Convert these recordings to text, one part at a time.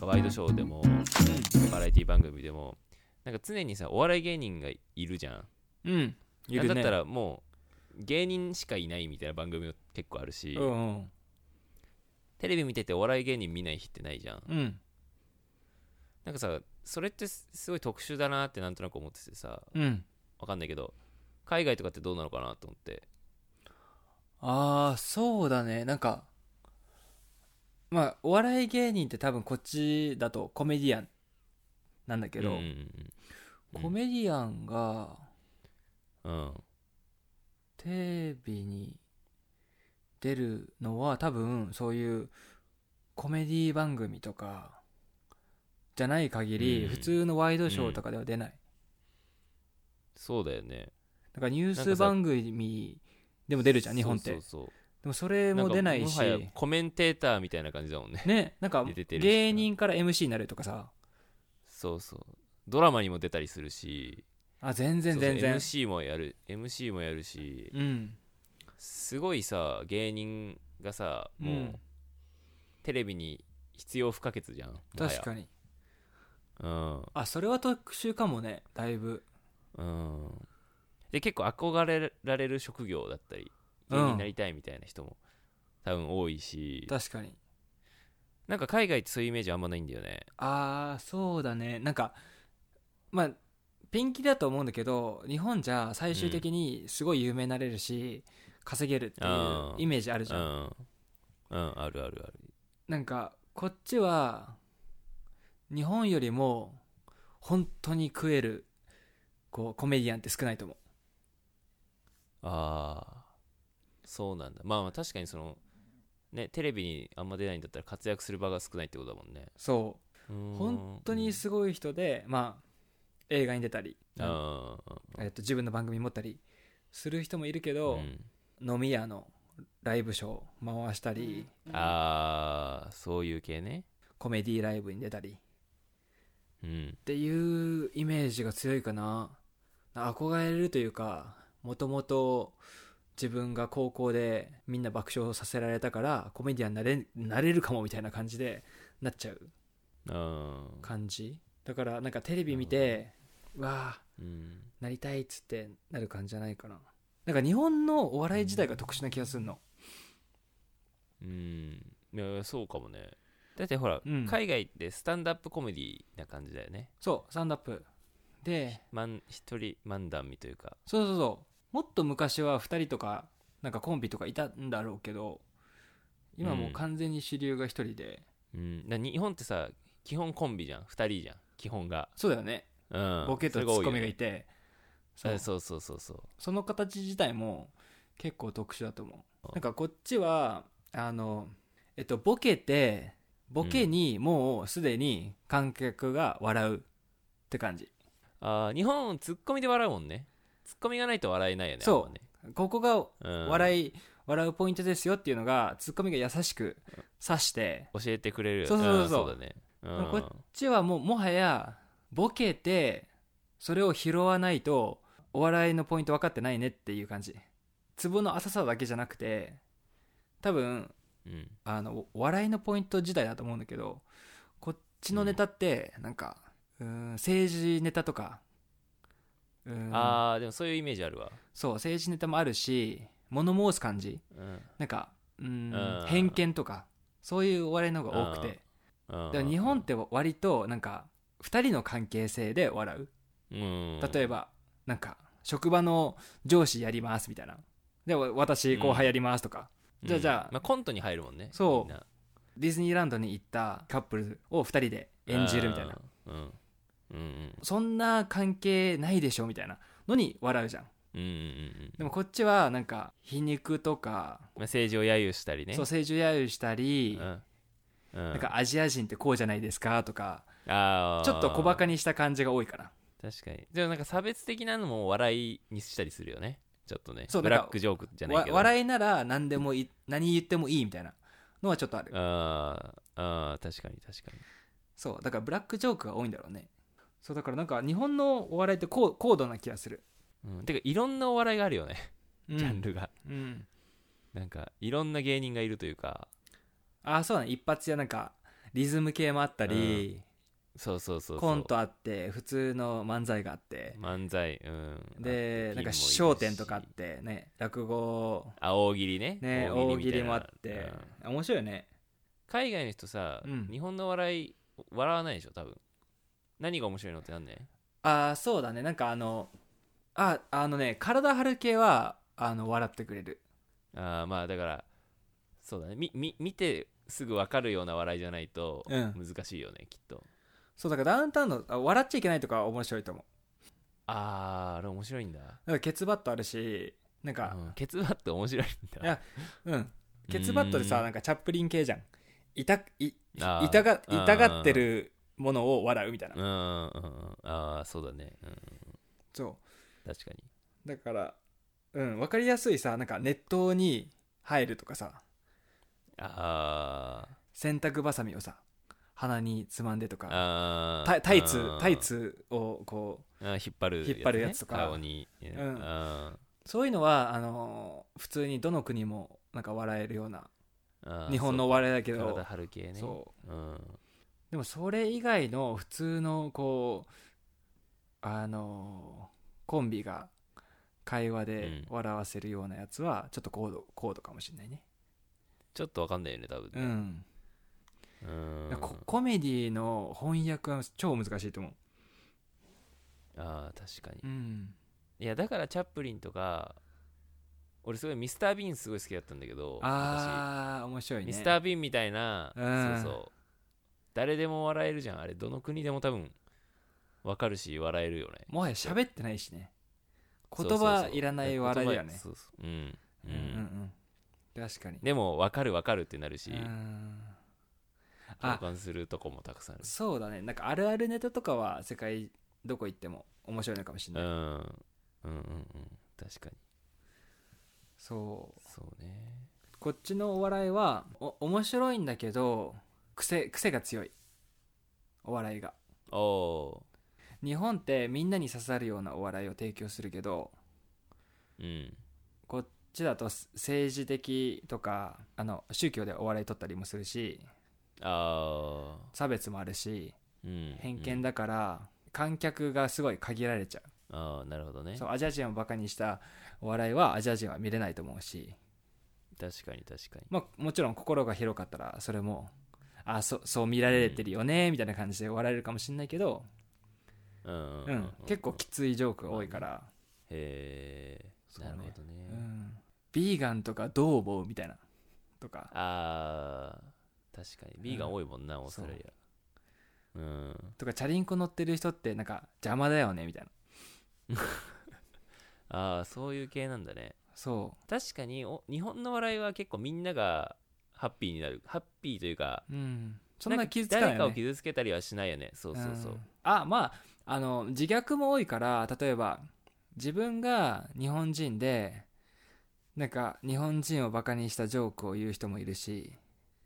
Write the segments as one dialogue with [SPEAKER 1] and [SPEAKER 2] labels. [SPEAKER 1] ワイドショーでもバラエティ番組でもなんか常にさお笑い芸人がいるじゃん
[SPEAKER 2] うんいるね
[SPEAKER 1] なんだったらもう芸人しかいないみたいな番組も結構あるし、
[SPEAKER 2] うんうん
[SPEAKER 1] テレビ見ててお笑い芸人見ない日ってないじゃん
[SPEAKER 2] うん
[SPEAKER 1] なんかさそれってすすごい特殊だなってなんとなく思っててさ
[SPEAKER 2] うん
[SPEAKER 1] わかんないけど海外とかってどうなのかなと思って
[SPEAKER 2] ああそうだねなんかまあお笑い芸人って多分こっちだとコメディアンなんだけ
[SPEAKER 1] う
[SPEAKER 2] ど、
[SPEAKER 1] んうんうん
[SPEAKER 2] コメディアンが
[SPEAKER 1] うんうん
[SPEAKER 2] テレビに出るのは多分そういうコメディ番組とかじゃない限り
[SPEAKER 1] うん
[SPEAKER 2] 普通のワイドショーとかでは出ない、
[SPEAKER 1] そうだよね
[SPEAKER 2] だからニュー
[SPEAKER 1] なんか
[SPEAKER 2] ス
[SPEAKER 1] さ
[SPEAKER 2] 番組でも出るじゃん日本って
[SPEAKER 1] そうそうそう
[SPEAKER 2] でもそれも出ない
[SPEAKER 1] ん
[SPEAKER 2] し
[SPEAKER 1] かもはやコメンテーターみたいな感じだもんね
[SPEAKER 2] ねなんか
[SPEAKER 1] 出ててるし
[SPEAKER 2] 芸人から MC になるとかさ
[SPEAKER 1] そうそうドラマにも出たりするし
[SPEAKER 2] あ全然
[SPEAKER 1] そうそう
[SPEAKER 2] 全然
[SPEAKER 1] MC もやる MC もやるし
[SPEAKER 2] うん
[SPEAKER 1] すごいさ芸人がさもう、
[SPEAKER 2] うん
[SPEAKER 1] テレビに必要不可欠じゃん
[SPEAKER 2] 確かに
[SPEAKER 1] に
[SPEAKER 2] あそれは特殊かもねだいぶ
[SPEAKER 1] うんうんで結構憧れられる職業だったり芸人になりたいみたいな人も多分多いし、
[SPEAKER 2] 確かに
[SPEAKER 1] なんか海外ってそういうイメージあんまないんだよね
[SPEAKER 2] ああそうだねなんかまあピンキリだと思うんだけど日本じゃ最終的にすごい有名になれるし、稼げるっていう
[SPEAKER 1] あー
[SPEAKER 2] イメージあるじ
[SPEAKER 1] う
[SPEAKER 2] ゃん、
[SPEAKER 1] んうんあるあるある
[SPEAKER 2] なんかこっちは日本よりも本当に食えるこうコメディアンって少ないと思
[SPEAKER 1] ああそうなんだまあまあ確かにそのねテレビにあんま出ないんだったら活躍する場が少ないってことだもんね
[SPEAKER 2] うそう
[SPEAKER 1] ーん
[SPEAKER 2] 本当にすごい人で、まあ映画に出たり、
[SPEAKER 1] うんあ
[SPEAKER 2] えっと、自分の番組持ったりする人もいるけ
[SPEAKER 1] ーう、
[SPEAKER 2] ど
[SPEAKER 1] ん
[SPEAKER 2] 飲み屋のライブショー回したり、
[SPEAKER 1] あーそういう系ね
[SPEAKER 2] コメディライブに出たりっ
[SPEAKER 1] うん
[SPEAKER 2] ていうイメージが強いかな憧れるというかもともと自分が高校でみんな爆笑させられたからコメディアンになれなれるかもみたいな感じでなっちゃう
[SPEAKER 1] うん
[SPEAKER 2] 感じだからなんかテレビ見て、うわあ
[SPEAKER 1] うん
[SPEAKER 2] なりたいっつってなる感じじゃないかななんか日本のお笑い自体が特殊な気がするの
[SPEAKER 1] うんいやそうかもねだってほら、
[SPEAKER 2] うん
[SPEAKER 1] 海外ってスタンダップコメディな感じだよね
[SPEAKER 2] そうサンダップで
[SPEAKER 1] まん一人漫談みというか
[SPEAKER 2] そうそうそうもっと昔は2人とかなんかコンビとかいたんだろうけど今もう完全に主流が1人で、
[SPEAKER 1] うんな日本ってさ基本コンビじゃん二人じゃん基本が、
[SPEAKER 2] そうだよね
[SPEAKER 1] うん、
[SPEAKER 2] ボケとツッコミがいて
[SPEAKER 1] そ
[SPEAKER 2] そ
[SPEAKER 1] れが多いよね
[SPEAKER 2] う
[SPEAKER 1] あそうそうそうそう
[SPEAKER 2] その形自体も結構特殊だと思
[SPEAKER 1] あ
[SPEAKER 2] うなんかこっちはあのえっとボケてボケにもうすでに観客が笑うって感じ
[SPEAKER 1] あー日本ツッコミで笑うもんねツッコミがないと笑えないよね
[SPEAKER 2] そう
[SPEAKER 1] あんまね
[SPEAKER 2] ここが
[SPEAKER 1] うん、
[SPEAKER 2] 笑い、笑うポイントですよっていうのがツッコミが優しく指してこ
[SPEAKER 1] 教えてくれる
[SPEAKER 2] そうそうそうそうん
[SPEAKER 1] だね、うん
[SPEAKER 2] こっちはもうもはやボケてそれを拾わないとお笑いのポイント分かってないねっていう感じツボの浅さだけじゃなくて多分
[SPEAKER 1] うん
[SPEAKER 2] あのお笑いのポイント自体だと思うんだけどこっちのネタってなんか、うーん、政治ネタとかうーん
[SPEAKER 1] あーでもそういうイメージあるわ、
[SPEAKER 2] そう政治ネタもあるし物申す感じ
[SPEAKER 1] うん
[SPEAKER 2] なんかうーん
[SPEAKER 1] うん
[SPEAKER 2] 偏見とかそういうお笑いの方が多くて
[SPEAKER 1] うん、
[SPEAKER 2] でも日本って割となんか2人の関係性で笑う
[SPEAKER 1] うん
[SPEAKER 2] 例えばなんか職場の上司やりますみたいなでわ私後輩やりますとか、じゃあ
[SPEAKER 1] うん
[SPEAKER 2] じゃあ
[SPEAKER 1] まあ、コントに入るもんね
[SPEAKER 2] そう
[SPEAKER 1] みんな
[SPEAKER 2] ディズニーランドに行ったカップルを2人で演じるみたいな
[SPEAKER 1] うんうんうん
[SPEAKER 2] そんな関係ないでしょみたいなのに笑うじゃん
[SPEAKER 1] うんうんうん
[SPEAKER 2] でもこっちはなんか皮肉とか、
[SPEAKER 1] まあ、政治を揶揄したりね
[SPEAKER 2] そう政治揶揄したり、
[SPEAKER 1] うんうん、
[SPEAKER 2] なんかアジア人ってこうじゃないですかとか
[SPEAKER 1] あー
[SPEAKER 2] ちょっと小バカにした感じが多いかな
[SPEAKER 1] 確かにでもなんか差別的なのも笑いにしたりするよねちょっとね
[SPEAKER 2] そう
[SPEAKER 1] ブ
[SPEAKER 2] なん
[SPEAKER 1] ラッ
[SPEAKER 2] か
[SPEAKER 1] クジョークじゃない
[SPEAKER 2] わ
[SPEAKER 1] けど
[SPEAKER 2] 笑いなら何でもいい何言ってもいいみたいなのはちょっとある
[SPEAKER 1] あーあー確かに確かに
[SPEAKER 2] そうだからブラックジョークが多いんだろうねそうだからなんか日本のお笑いって高高度な気がする、
[SPEAKER 1] うん、てかいろんなお笑いがあるよね、
[SPEAKER 2] うん、
[SPEAKER 1] ジャンルが
[SPEAKER 2] うん
[SPEAKER 1] なんかいろんな芸人がいるというか
[SPEAKER 2] ああそうだね一発やなんかリズム系もあったり、
[SPEAKER 1] そうそうそうそう
[SPEAKER 2] コントあって普通の漫才があって
[SPEAKER 1] 漫才うん
[SPEAKER 2] で
[SPEAKER 1] あ
[SPEAKER 2] なんか
[SPEAKER 1] ピンもいる
[SPEAKER 2] 『
[SPEAKER 1] し
[SPEAKER 2] 笑点』とかあってね落語
[SPEAKER 1] あ大喜利ね
[SPEAKER 2] ね大喜
[SPEAKER 1] みたい
[SPEAKER 2] 利
[SPEAKER 1] な
[SPEAKER 2] もあって
[SPEAKER 1] うん
[SPEAKER 2] 面白いよね
[SPEAKER 1] 海外の人さ、
[SPEAKER 2] うん
[SPEAKER 1] 日本の笑い笑わないでしょ多分何が面白いのってなんね
[SPEAKER 2] ああそうだねなんかあのああのね体張る系はあの笑ってくれる
[SPEAKER 1] あーまあだからそうだねみみ見てすぐ分かるような笑いじゃないと
[SPEAKER 2] うん
[SPEAKER 1] 難しいよね、きっと
[SPEAKER 2] そうだからダウンタウンのあ笑っちゃいけないとかは面白いと思う
[SPEAKER 1] あーあれ面白いんだ
[SPEAKER 2] なんかケツバットあるしなんか
[SPEAKER 1] うんケツバット面白いん
[SPEAKER 2] いや
[SPEAKER 1] だ
[SPEAKER 2] うんケツバットで
[SPEAKER 1] う
[SPEAKER 2] さ
[SPEAKER 1] ん
[SPEAKER 2] なんかチャップリン系じゃん痛くい
[SPEAKER 1] あー
[SPEAKER 2] 痛が
[SPEAKER 1] うん
[SPEAKER 2] 痛がってるものを笑うみたいな
[SPEAKER 1] うんうんうんうんああそうだね、うん、
[SPEAKER 2] そ
[SPEAKER 1] 確かに
[SPEAKER 2] うだからうん分かりやすいさなんか熱湯に入るとかさ
[SPEAKER 1] あー
[SPEAKER 2] 洗濯ばさみをさ鼻につまんでとか
[SPEAKER 1] あー
[SPEAKER 2] タイタイツ
[SPEAKER 1] うん
[SPEAKER 2] タイツをこう
[SPEAKER 1] あー引っ張るやつ、ね、
[SPEAKER 2] 引っ張るやつとか
[SPEAKER 1] 顔に、うん
[SPEAKER 2] ん
[SPEAKER 1] あ
[SPEAKER 2] そういうのはあのー普通にどの国もなんか笑えるような
[SPEAKER 1] ーあー
[SPEAKER 2] 日本の笑いだけ
[SPEAKER 1] そう
[SPEAKER 2] ど
[SPEAKER 1] 体張る系ね
[SPEAKER 2] そう
[SPEAKER 1] うん
[SPEAKER 2] でもそれ以外の普通のこうあのーコンビが会話で笑わせるようなやつはちょっと高度高度かもしれないね
[SPEAKER 1] ちょっとわかんないよね多分
[SPEAKER 2] う
[SPEAKER 1] ね
[SPEAKER 2] ん、
[SPEAKER 1] うん
[SPEAKER 2] こコメディの翻訳は超難しいと思う
[SPEAKER 1] ああ確かに
[SPEAKER 2] うん
[SPEAKER 1] いやだからチャップリンとか俺すごいミスター・ビーンすごい好きだったんだけど
[SPEAKER 2] ああ面白い
[SPEAKER 1] 昔
[SPEAKER 2] ね
[SPEAKER 1] ミスター・ビーンみたいな
[SPEAKER 2] うん
[SPEAKER 1] そうそう誰でも笑えるじゃんあれどの国でも多分わかるし笑えるよね
[SPEAKER 2] もはや喋ってないしね
[SPEAKER 1] そう
[SPEAKER 2] 言
[SPEAKER 1] そうそう
[SPEAKER 2] 葉いらない笑いだよ
[SPEAKER 1] 言葉
[SPEAKER 2] ね
[SPEAKER 1] そうそううん
[SPEAKER 2] う
[SPEAKER 1] うん
[SPEAKER 2] んうんうん確かに
[SPEAKER 1] でもわかるわかるってなるし
[SPEAKER 2] うん
[SPEAKER 1] 共感するとこもたくさんある
[SPEAKER 2] そうだねなんかあるあるネタとかは世界どこ行っても面白いのかもしれ
[SPEAKER 1] う
[SPEAKER 2] な
[SPEAKER 1] ん
[SPEAKER 2] い、
[SPEAKER 1] うんうんうん確かに
[SPEAKER 2] そう
[SPEAKER 1] そうね
[SPEAKER 2] こっちのお笑いはお面白いんだけど癖癖が強いお笑いが
[SPEAKER 1] おお
[SPEAKER 2] 日本ってみんなに刺さるようなお笑いを提供するけど
[SPEAKER 1] ーうん
[SPEAKER 2] こっちだとす政治的とかあの宗教でお笑い取ったりもするし
[SPEAKER 1] ああ
[SPEAKER 2] 差別もあるし
[SPEAKER 1] うん
[SPEAKER 2] 偏見だから観客がすごい限られちゃう
[SPEAKER 1] ああなるほどね
[SPEAKER 2] そうアジア人をバカにしたお笑いはアジア人は見れないと思うし、
[SPEAKER 1] 確かに確かに
[SPEAKER 2] まあ、もちろん心が広かったらそれもあそそう見られてるよねみたいな感じで笑えるかもしれないけど、
[SPEAKER 1] うんうん
[SPEAKER 2] うん結構きついジョークが多いから、
[SPEAKER 1] へえ
[SPEAKER 2] うね
[SPEAKER 1] なるほどね、
[SPEAKER 2] うん、ビーガンとかどう思うみたいなとか
[SPEAKER 1] あー確かにビーガン多いもんな、オーストラリアうん
[SPEAKER 2] とかチャリンコ乗ってる人ってなんか邪魔だよねみたいな
[SPEAKER 1] ああそういう系なんだね
[SPEAKER 2] そ
[SPEAKER 1] 確かにお日本の笑いは結構みんながハッピーになるハッピーというか
[SPEAKER 2] う、うん、そんな傷つかな
[SPEAKER 1] 誰
[SPEAKER 2] い
[SPEAKER 1] か
[SPEAKER 2] よ
[SPEAKER 1] を
[SPEAKER 2] ね
[SPEAKER 1] 傷つけたりはしないよねそうそうそう、
[SPEAKER 2] んあまああの自虐も多いから例えば自分が日本人でなんか日本人をバカにしたジョークを言う人もいるし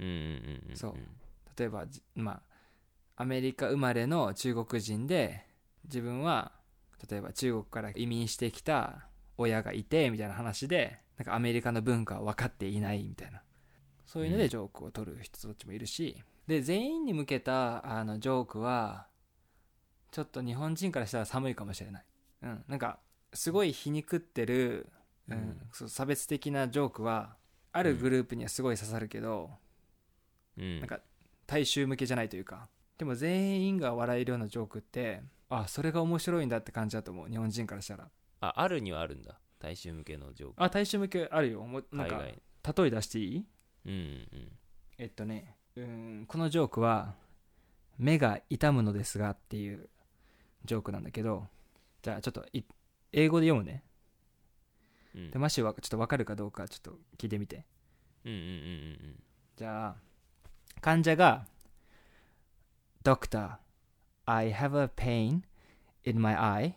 [SPEAKER 1] うん、うんうんうん
[SPEAKER 2] そう例えばじまあアメリカ生まれの中国人で自分は例えば中国から移民してきた親がいてみたいな話でなんかアメリカの文化を分かっていないみたいなそういうの
[SPEAKER 1] う
[SPEAKER 2] で
[SPEAKER 1] ん
[SPEAKER 2] ジョークを取る人たちもいるし、で全員に向けたあのジョークはちょっと日本人からしたら寒いかもしれない、うん、なんかすごい皮肉ってる、うん
[SPEAKER 1] うん
[SPEAKER 2] そう差別的なジョークはあるグループにはすごい刺さるけど、
[SPEAKER 1] うん
[SPEAKER 2] なんか大衆向けじゃないというかでも全員が笑えるようなジョークってあそれが面白いんだって感じだと思う日本人からしたら
[SPEAKER 1] ああるにはあるんだ大衆向けのジョーク
[SPEAKER 2] あ大衆向けあるよもうなん
[SPEAKER 1] 海
[SPEAKER 2] か
[SPEAKER 1] 外
[SPEAKER 2] 例え出していい
[SPEAKER 1] うんうん
[SPEAKER 2] えっとねうーんこのジョークは「目が痛むのですが」っていうジョークなんだけどじゃあちょっとい英語で読むね
[SPEAKER 1] うんうん
[SPEAKER 2] でマシュはちょっとわかるかどうかちょっと聞いてみて
[SPEAKER 1] うんうんうんうん
[SPEAKER 2] じゃあ患者が「Doctor, I have a pain in my eye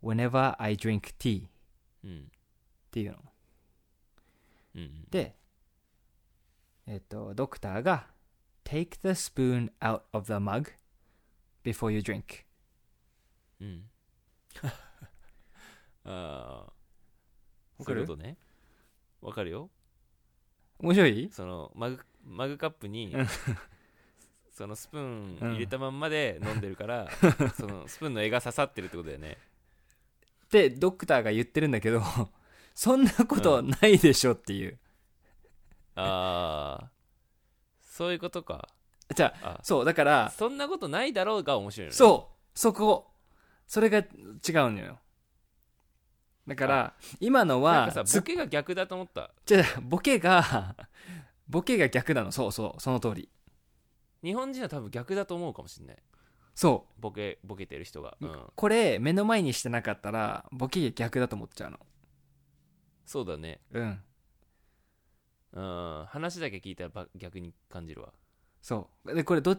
[SPEAKER 2] whenever I drink tea」っ
[SPEAKER 1] うん
[SPEAKER 2] ていうの
[SPEAKER 1] うんうん
[SPEAKER 2] でえっとドクターが「Take the spoon out of the mug before you drink
[SPEAKER 1] うん。 ああ。
[SPEAKER 2] わ
[SPEAKER 1] そう
[SPEAKER 2] か
[SPEAKER 1] い
[SPEAKER 2] る
[SPEAKER 1] うことね。わかるよ。」
[SPEAKER 2] 面白い
[SPEAKER 1] そのマグマグカップに
[SPEAKER 2] うん
[SPEAKER 1] そのスプーン
[SPEAKER 2] うん
[SPEAKER 1] 入れたまんまで飲んでるから、 そのスプーンの絵が刺さってるってことだよね
[SPEAKER 2] ってドクターが言ってるんだけど そんなことないでしょっていう、
[SPEAKER 1] ああそういうことか
[SPEAKER 2] じゃ
[SPEAKER 1] あ
[SPEAKER 2] そうだから
[SPEAKER 1] そんなことないだろうが面白いよねう
[SPEAKER 2] そうそこそれが違うのよだから今
[SPEAKER 1] な
[SPEAKER 2] の
[SPEAKER 1] んか
[SPEAKER 2] は
[SPEAKER 1] さ
[SPEAKER 2] ツ
[SPEAKER 1] ボ
[SPEAKER 2] ッ
[SPEAKER 1] ケが逆だと思った
[SPEAKER 2] じゃあボケが ボケが逆なのそうそうその通り
[SPEAKER 1] 日本人は多分逆だと思うかもしれない
[SPEAKER 2] そう
[SPEAKER 1] ボケボケてる人が、うん、
[SPEAKER 2] これ目の前にしてなかったらボケが逆だと思っちゃうの
[SPEAKER 1] そうだね
[SPEAKER 2] うん
[SPEAKER 1] うん話だけ聞いたらば逆に感じるわ、
[SPEAKER 2] そうでこれど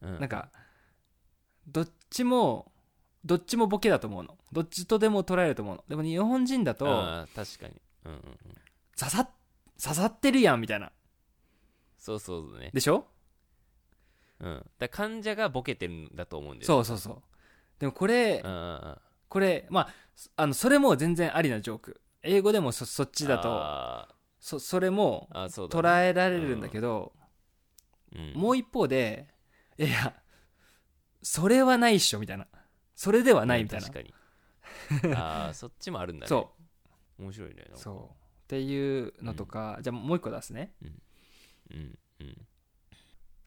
[SPEAKER 1] うん、
[SPEAKER 2] なんかどっちもどっちもボケだと思うのどっちとでも捉えると思うのでも日本人だと
[SPEAKER 1] あー確かに、うんうんうん、
[SPEAKER 2] 刺さ刺さってるやんみたいな
[SPEAKER 1] そうそうだね、
[SPEAKER 2] でしょ
[SPEAKER 1] うん、だから患者がボケてるんだと思うんだよ
[SPEAKER 2] そうそうそうでもこれ、
[SPEAKER 1] うんうんうん
[SPEAKER 2] これまあそあのそれも全然ありなジョーク英語でもそそっちだと
[SPEAKER 1] あー
[SPEAKER 2] そそれも
[SPEAKER 1] あーそうだ、
[SPEAKER 2] 捉えられるんだけど、
[SPEAKER 1] うん
[SPEAKER 2] もう一方でいやそれはないっしょみたいなそれではないみたいな、
[SPEAKER 1] 確 かにああそっちもあるんだね
[SPEAKER 2] そう
[SPEAKER 1] 面白いねなんか
[SPEAKER 2] そうっていうのとか、じゃあもう一個出すね
[SPEAKER 1] うんうん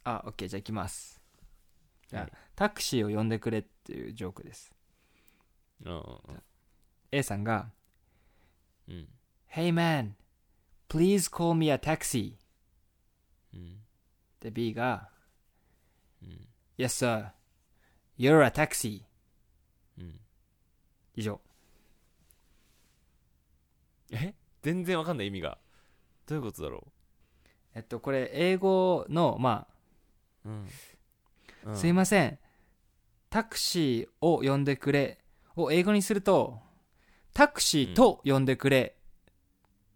[SPEAKER 2] あオッケーじゃあ行きますじゃあ、
[SPEAKER 1] はい
[SPEAKER 2] タクシーを呼んでくれっていうジョークです
[SPEAKER 1] うんうん
[SPEAKER 2] A さんが
[SPEAKER 1] うん
[SPEAKER 2] Hey man please call me a taxi
[SPEAKER 1] うん
[SPEAKER 2] で B が
[SPEAKER 1] うん
[SPEAKER 2] Yes sir you're a taxi
[SPEAKER 1] うん
[SPEAKER 2] 以上
[SPEAKER 1] え全然わかんない意味がどういうことだろ
[SPEAKER 2] えっとこれ英語のま
[SPEAKER 1] ううん、う
[SPEAKER 2] あ、
[SPEAKER 1] ん、
[SPEAKER 2] すいませんタクシーを呼んでくれを英語にするとタクシーと呼んでくれ、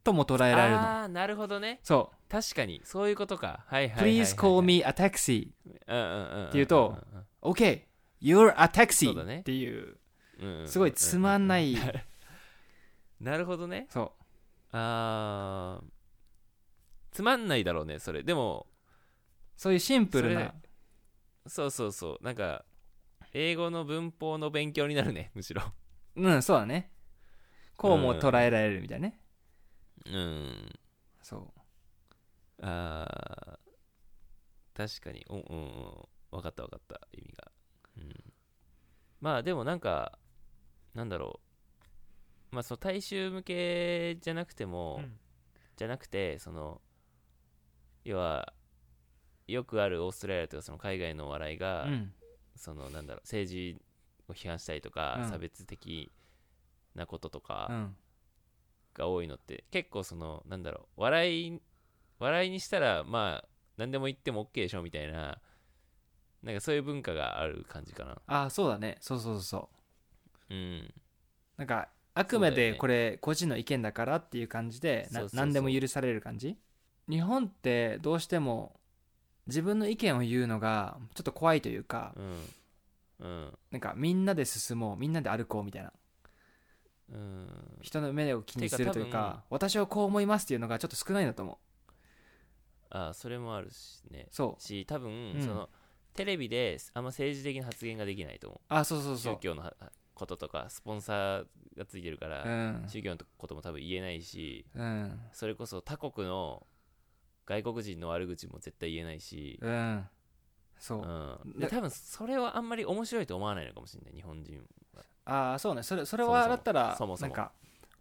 [SPEAKER 2] とも捉えられるの
[SPEAKER 1] ああなるほどね
[SPEAKER 2] そう
[SPEAKER 1] 確かにそういうことかはいはいはいはい、はい、
[SPEAKER 2] Please call me a taxi.
[SPEAKER 1] うんうんうんんんん
[SPEAKER 2] ていうと OK, you're a
[SPEAKER 1] そう
[SPEAKER 2] taxi.、
[SPEAKER 1] だね
[SPEAKER 2] っていう、
[SPEAKER 1] うんうんうんうん
[SPEAKER 2] すごいつまんない。
[SPEAKER 1] なるほどね
[SPEAKER 2] そ
[SPEAKER 1] あーつまんないだろうねそれでも
[SPEAKER 2] う。そういうシンプル
[SPEAKER 1] それ
[SPEAKER 2] な。
[SPEAKER 1] そうそうそうなんか英語の文法の勉強になるねむしろ
[SPEAKER 2] うん、そうだね。こうも捉えられるみたいなね。
[SPEAKER 1] うん
[SPEAKER 2] そう。
[SPEAKER 1] あー確かにおうんうん分かった分かった意味が、うん、まあでもなんかなんだろうまあその大衆向けじゃなくても、
[SPEAKER 2] うん
[SPEAKER 1] じゃなくてその要はよくあるオーストラリアとかその海外の笑いが、
[SPEAKER 2] うん。
[SPEAKER 1] そのなんだろう政治を批判したりとか、
[SPEAKER 2] うん
[SPEAKER 1] 差別的なことと
[SPEAKER 2] う
[SPEAKER 1] か
[SPEAKER 2] ん。
[SPEAKER 1] が多いのって、結構そのなんだろう笑い笑いにしたらまあ何でも言っても OK でしょみたいななんかそういう文化がある感じかな
[SPEAKER 2] ああ、そうだね。そうそうそうそう。
[SPEAKER 1] うん
[SPEAKER 2] なんか、あくま
[SPEAKER 1] そうだよ
[SPEAKER 2] で
[SPEAKER 1] ね
[SPEAKER 2] これ、個人の意見だからっていう感じで、
[SPEAKER 1] そ
[SPEAKER 2] な
[SPEAKER 1] うそうそう
[SPEAKER 2] 何でも許される感じ日本ってどうしても自分の意見を言うのがちょっと怖いというか、
[SPEAKER 1] うんうん
[SPEAKER 2] なんかみんなで進もう、みんなで歩こうみたいな。
[SPEAKER 1] うん
[SPEAKER 2] 人の目を気にするという
[SPEAKER 1] て
[SPEAKER 2] か
[SPEAKER 1] か多分
[SPEAKER 2] 私はこう思いますっていうのがちょっと少ないんだと思
[SPEAKER 1] あそれもあるしね
[SPEAKER 2] うそう
[SPEAKER 1] し多分、
[SPEAKER 2] うん
[SPEAKER 1] そのテレビであんま政治的な発言ができないと思う
[SPEAKER 2] あそうそうそう
[SPEAKER 1] 宗教のはこととかスポンサーがついてるから、
[SPEAKER 2] うん
[SPEAKER 1] 宗教のことも多分言えないし
[SPEAKER 2] うん
[SPEAKER 1] それこそ他国の外国人の悪口も絶対言えないし、
[SPEAKER 2] うんそうう、
[SPEAKER 1] んで
[SPEAKER 2] だ
[SPEAKER 1] 多分それはあんまり面白いと思わないのかもしれない日本人
[SPEAKER 2] ああそうねそれそれ
[SPEAKER 1] そも
[SPEAKER 2] は
[SPEAKER 1] そも
[SPEAKER 2] だったら
[SPEAKER 1] そもそも
[SPEAKER 2] なんか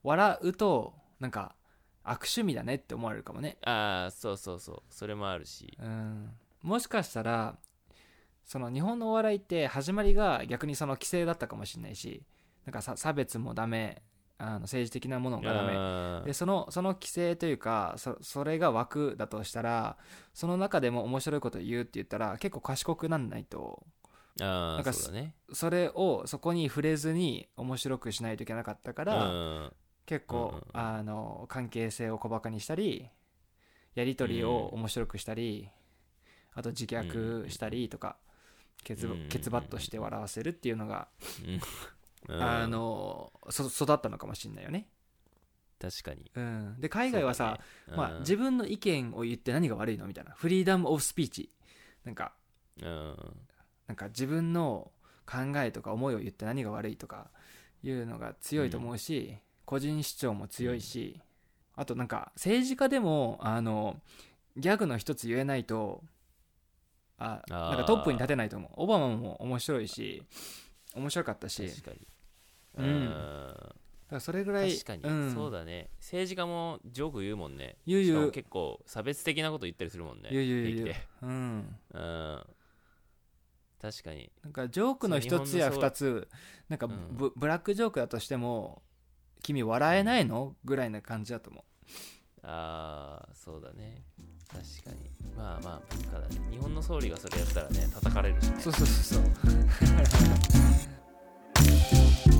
[SPEAKER 2] 笑うとなんか悪趣味だねって思われるかもね
[SPEAKER 1] ああそうそうそうそれもあるし
[SPEAKER 2] うんもしかしたらその日本のお笑いって始まりが逆にその規制だったかもしれないしなんかさ差別もダメあの政治的なものがダ
[SPEAKER 1] あ
[SPEAKER 2] メ
[SPEAKER 1] ー
[SPEAKER 2] でそのその規制というかそそれが枠だとしたらその中でも面白いこと言うって言ったら結構賢くなんないと
[SPEAKER 1] あ
[SPEAKER 2] なん
[SPEAKER 1] ー
[SPEAKER 2] か
[SPEAKER 1] そうだね
[SPEAKER 2] それをそこに触れずに面白くしないといけなかったから、
[SPEAKER 1] うん
[SPEAKER 2] 結
[SPEAKER 1] うんうん
[SPEAKER 2] 構
[SPEAKER 1] うん
[SPEAKER 2] あの関係性を小バカにしたりやり取りを面白くしたり、あと自虐したりとか。ケツ
[SPEAKER 1] うんうんうん
[SPEAKER 2] ケツバッとして笑わせるっていうのが、
[SPEAKER 1] うん
[SPEAKER 2] あのそ育ったのかもしれないよね。
[SPEAKER 1] 確かに
[SPEAKER 2] うん、で海外はさ、
[SPEAKER 1] そうだね
[SPEAKER 2] まあ、自分の意見を言って何が悪いのみたいなフリーダム・オブ・スピーチなんか
[SPEAKER 1] うん
[SPEAKER 2] なんか自分の考えとか思いを言って何が悪いとかいうのが強いと思うし、個人主張も強いし、あとなんか政治家でもあのギャグの一つ言えないとあ
[SPEAKER 1] あー
[SPEAKER 2] なんかトップに立てないと思うオバマも面白いし面白かったしだ
[SPEAKER 1] 確かに
[SPEAKER 2] うん
[SPEAKER 1] うん
[SPEAKER 2] からそれぐらい
[SPEAKER 1] 確かに、
[SPEAKER 2] うん、
[SPEAKER 1] そうだね政治家もジョーク言うもんね
[SPEAKER 2] 言う言う
[SPEAKER 1] しかも結構差別的なこと言ったりするもんね
[SPEAKER 2] 言う言う言う
[SPEAKER 1] 平気で
[SPEAKER 2] うん、
[SPEAKER 1] うん確かに
[SPEAKER 2] なんかジョークの一つや
[SPEAKER 1] そう日本
[SPEAKER 2] 二
[SPEAKER 1] の
[SPEAKER 2] つなんか
[SPEAKER 1] うん
[SPEAKER 2] ブ,、ブラックジョークだとしても君笑えないのぐらいな感じだと思
[SPEAKER 1] ああそうだね確かにまあまあ文化だね日本の総理がそれやったらね叩かれるしね
[SPEAKER 2] うそうそうそうそ
[SPEAKER 1] 「
[SPEAKER 2] う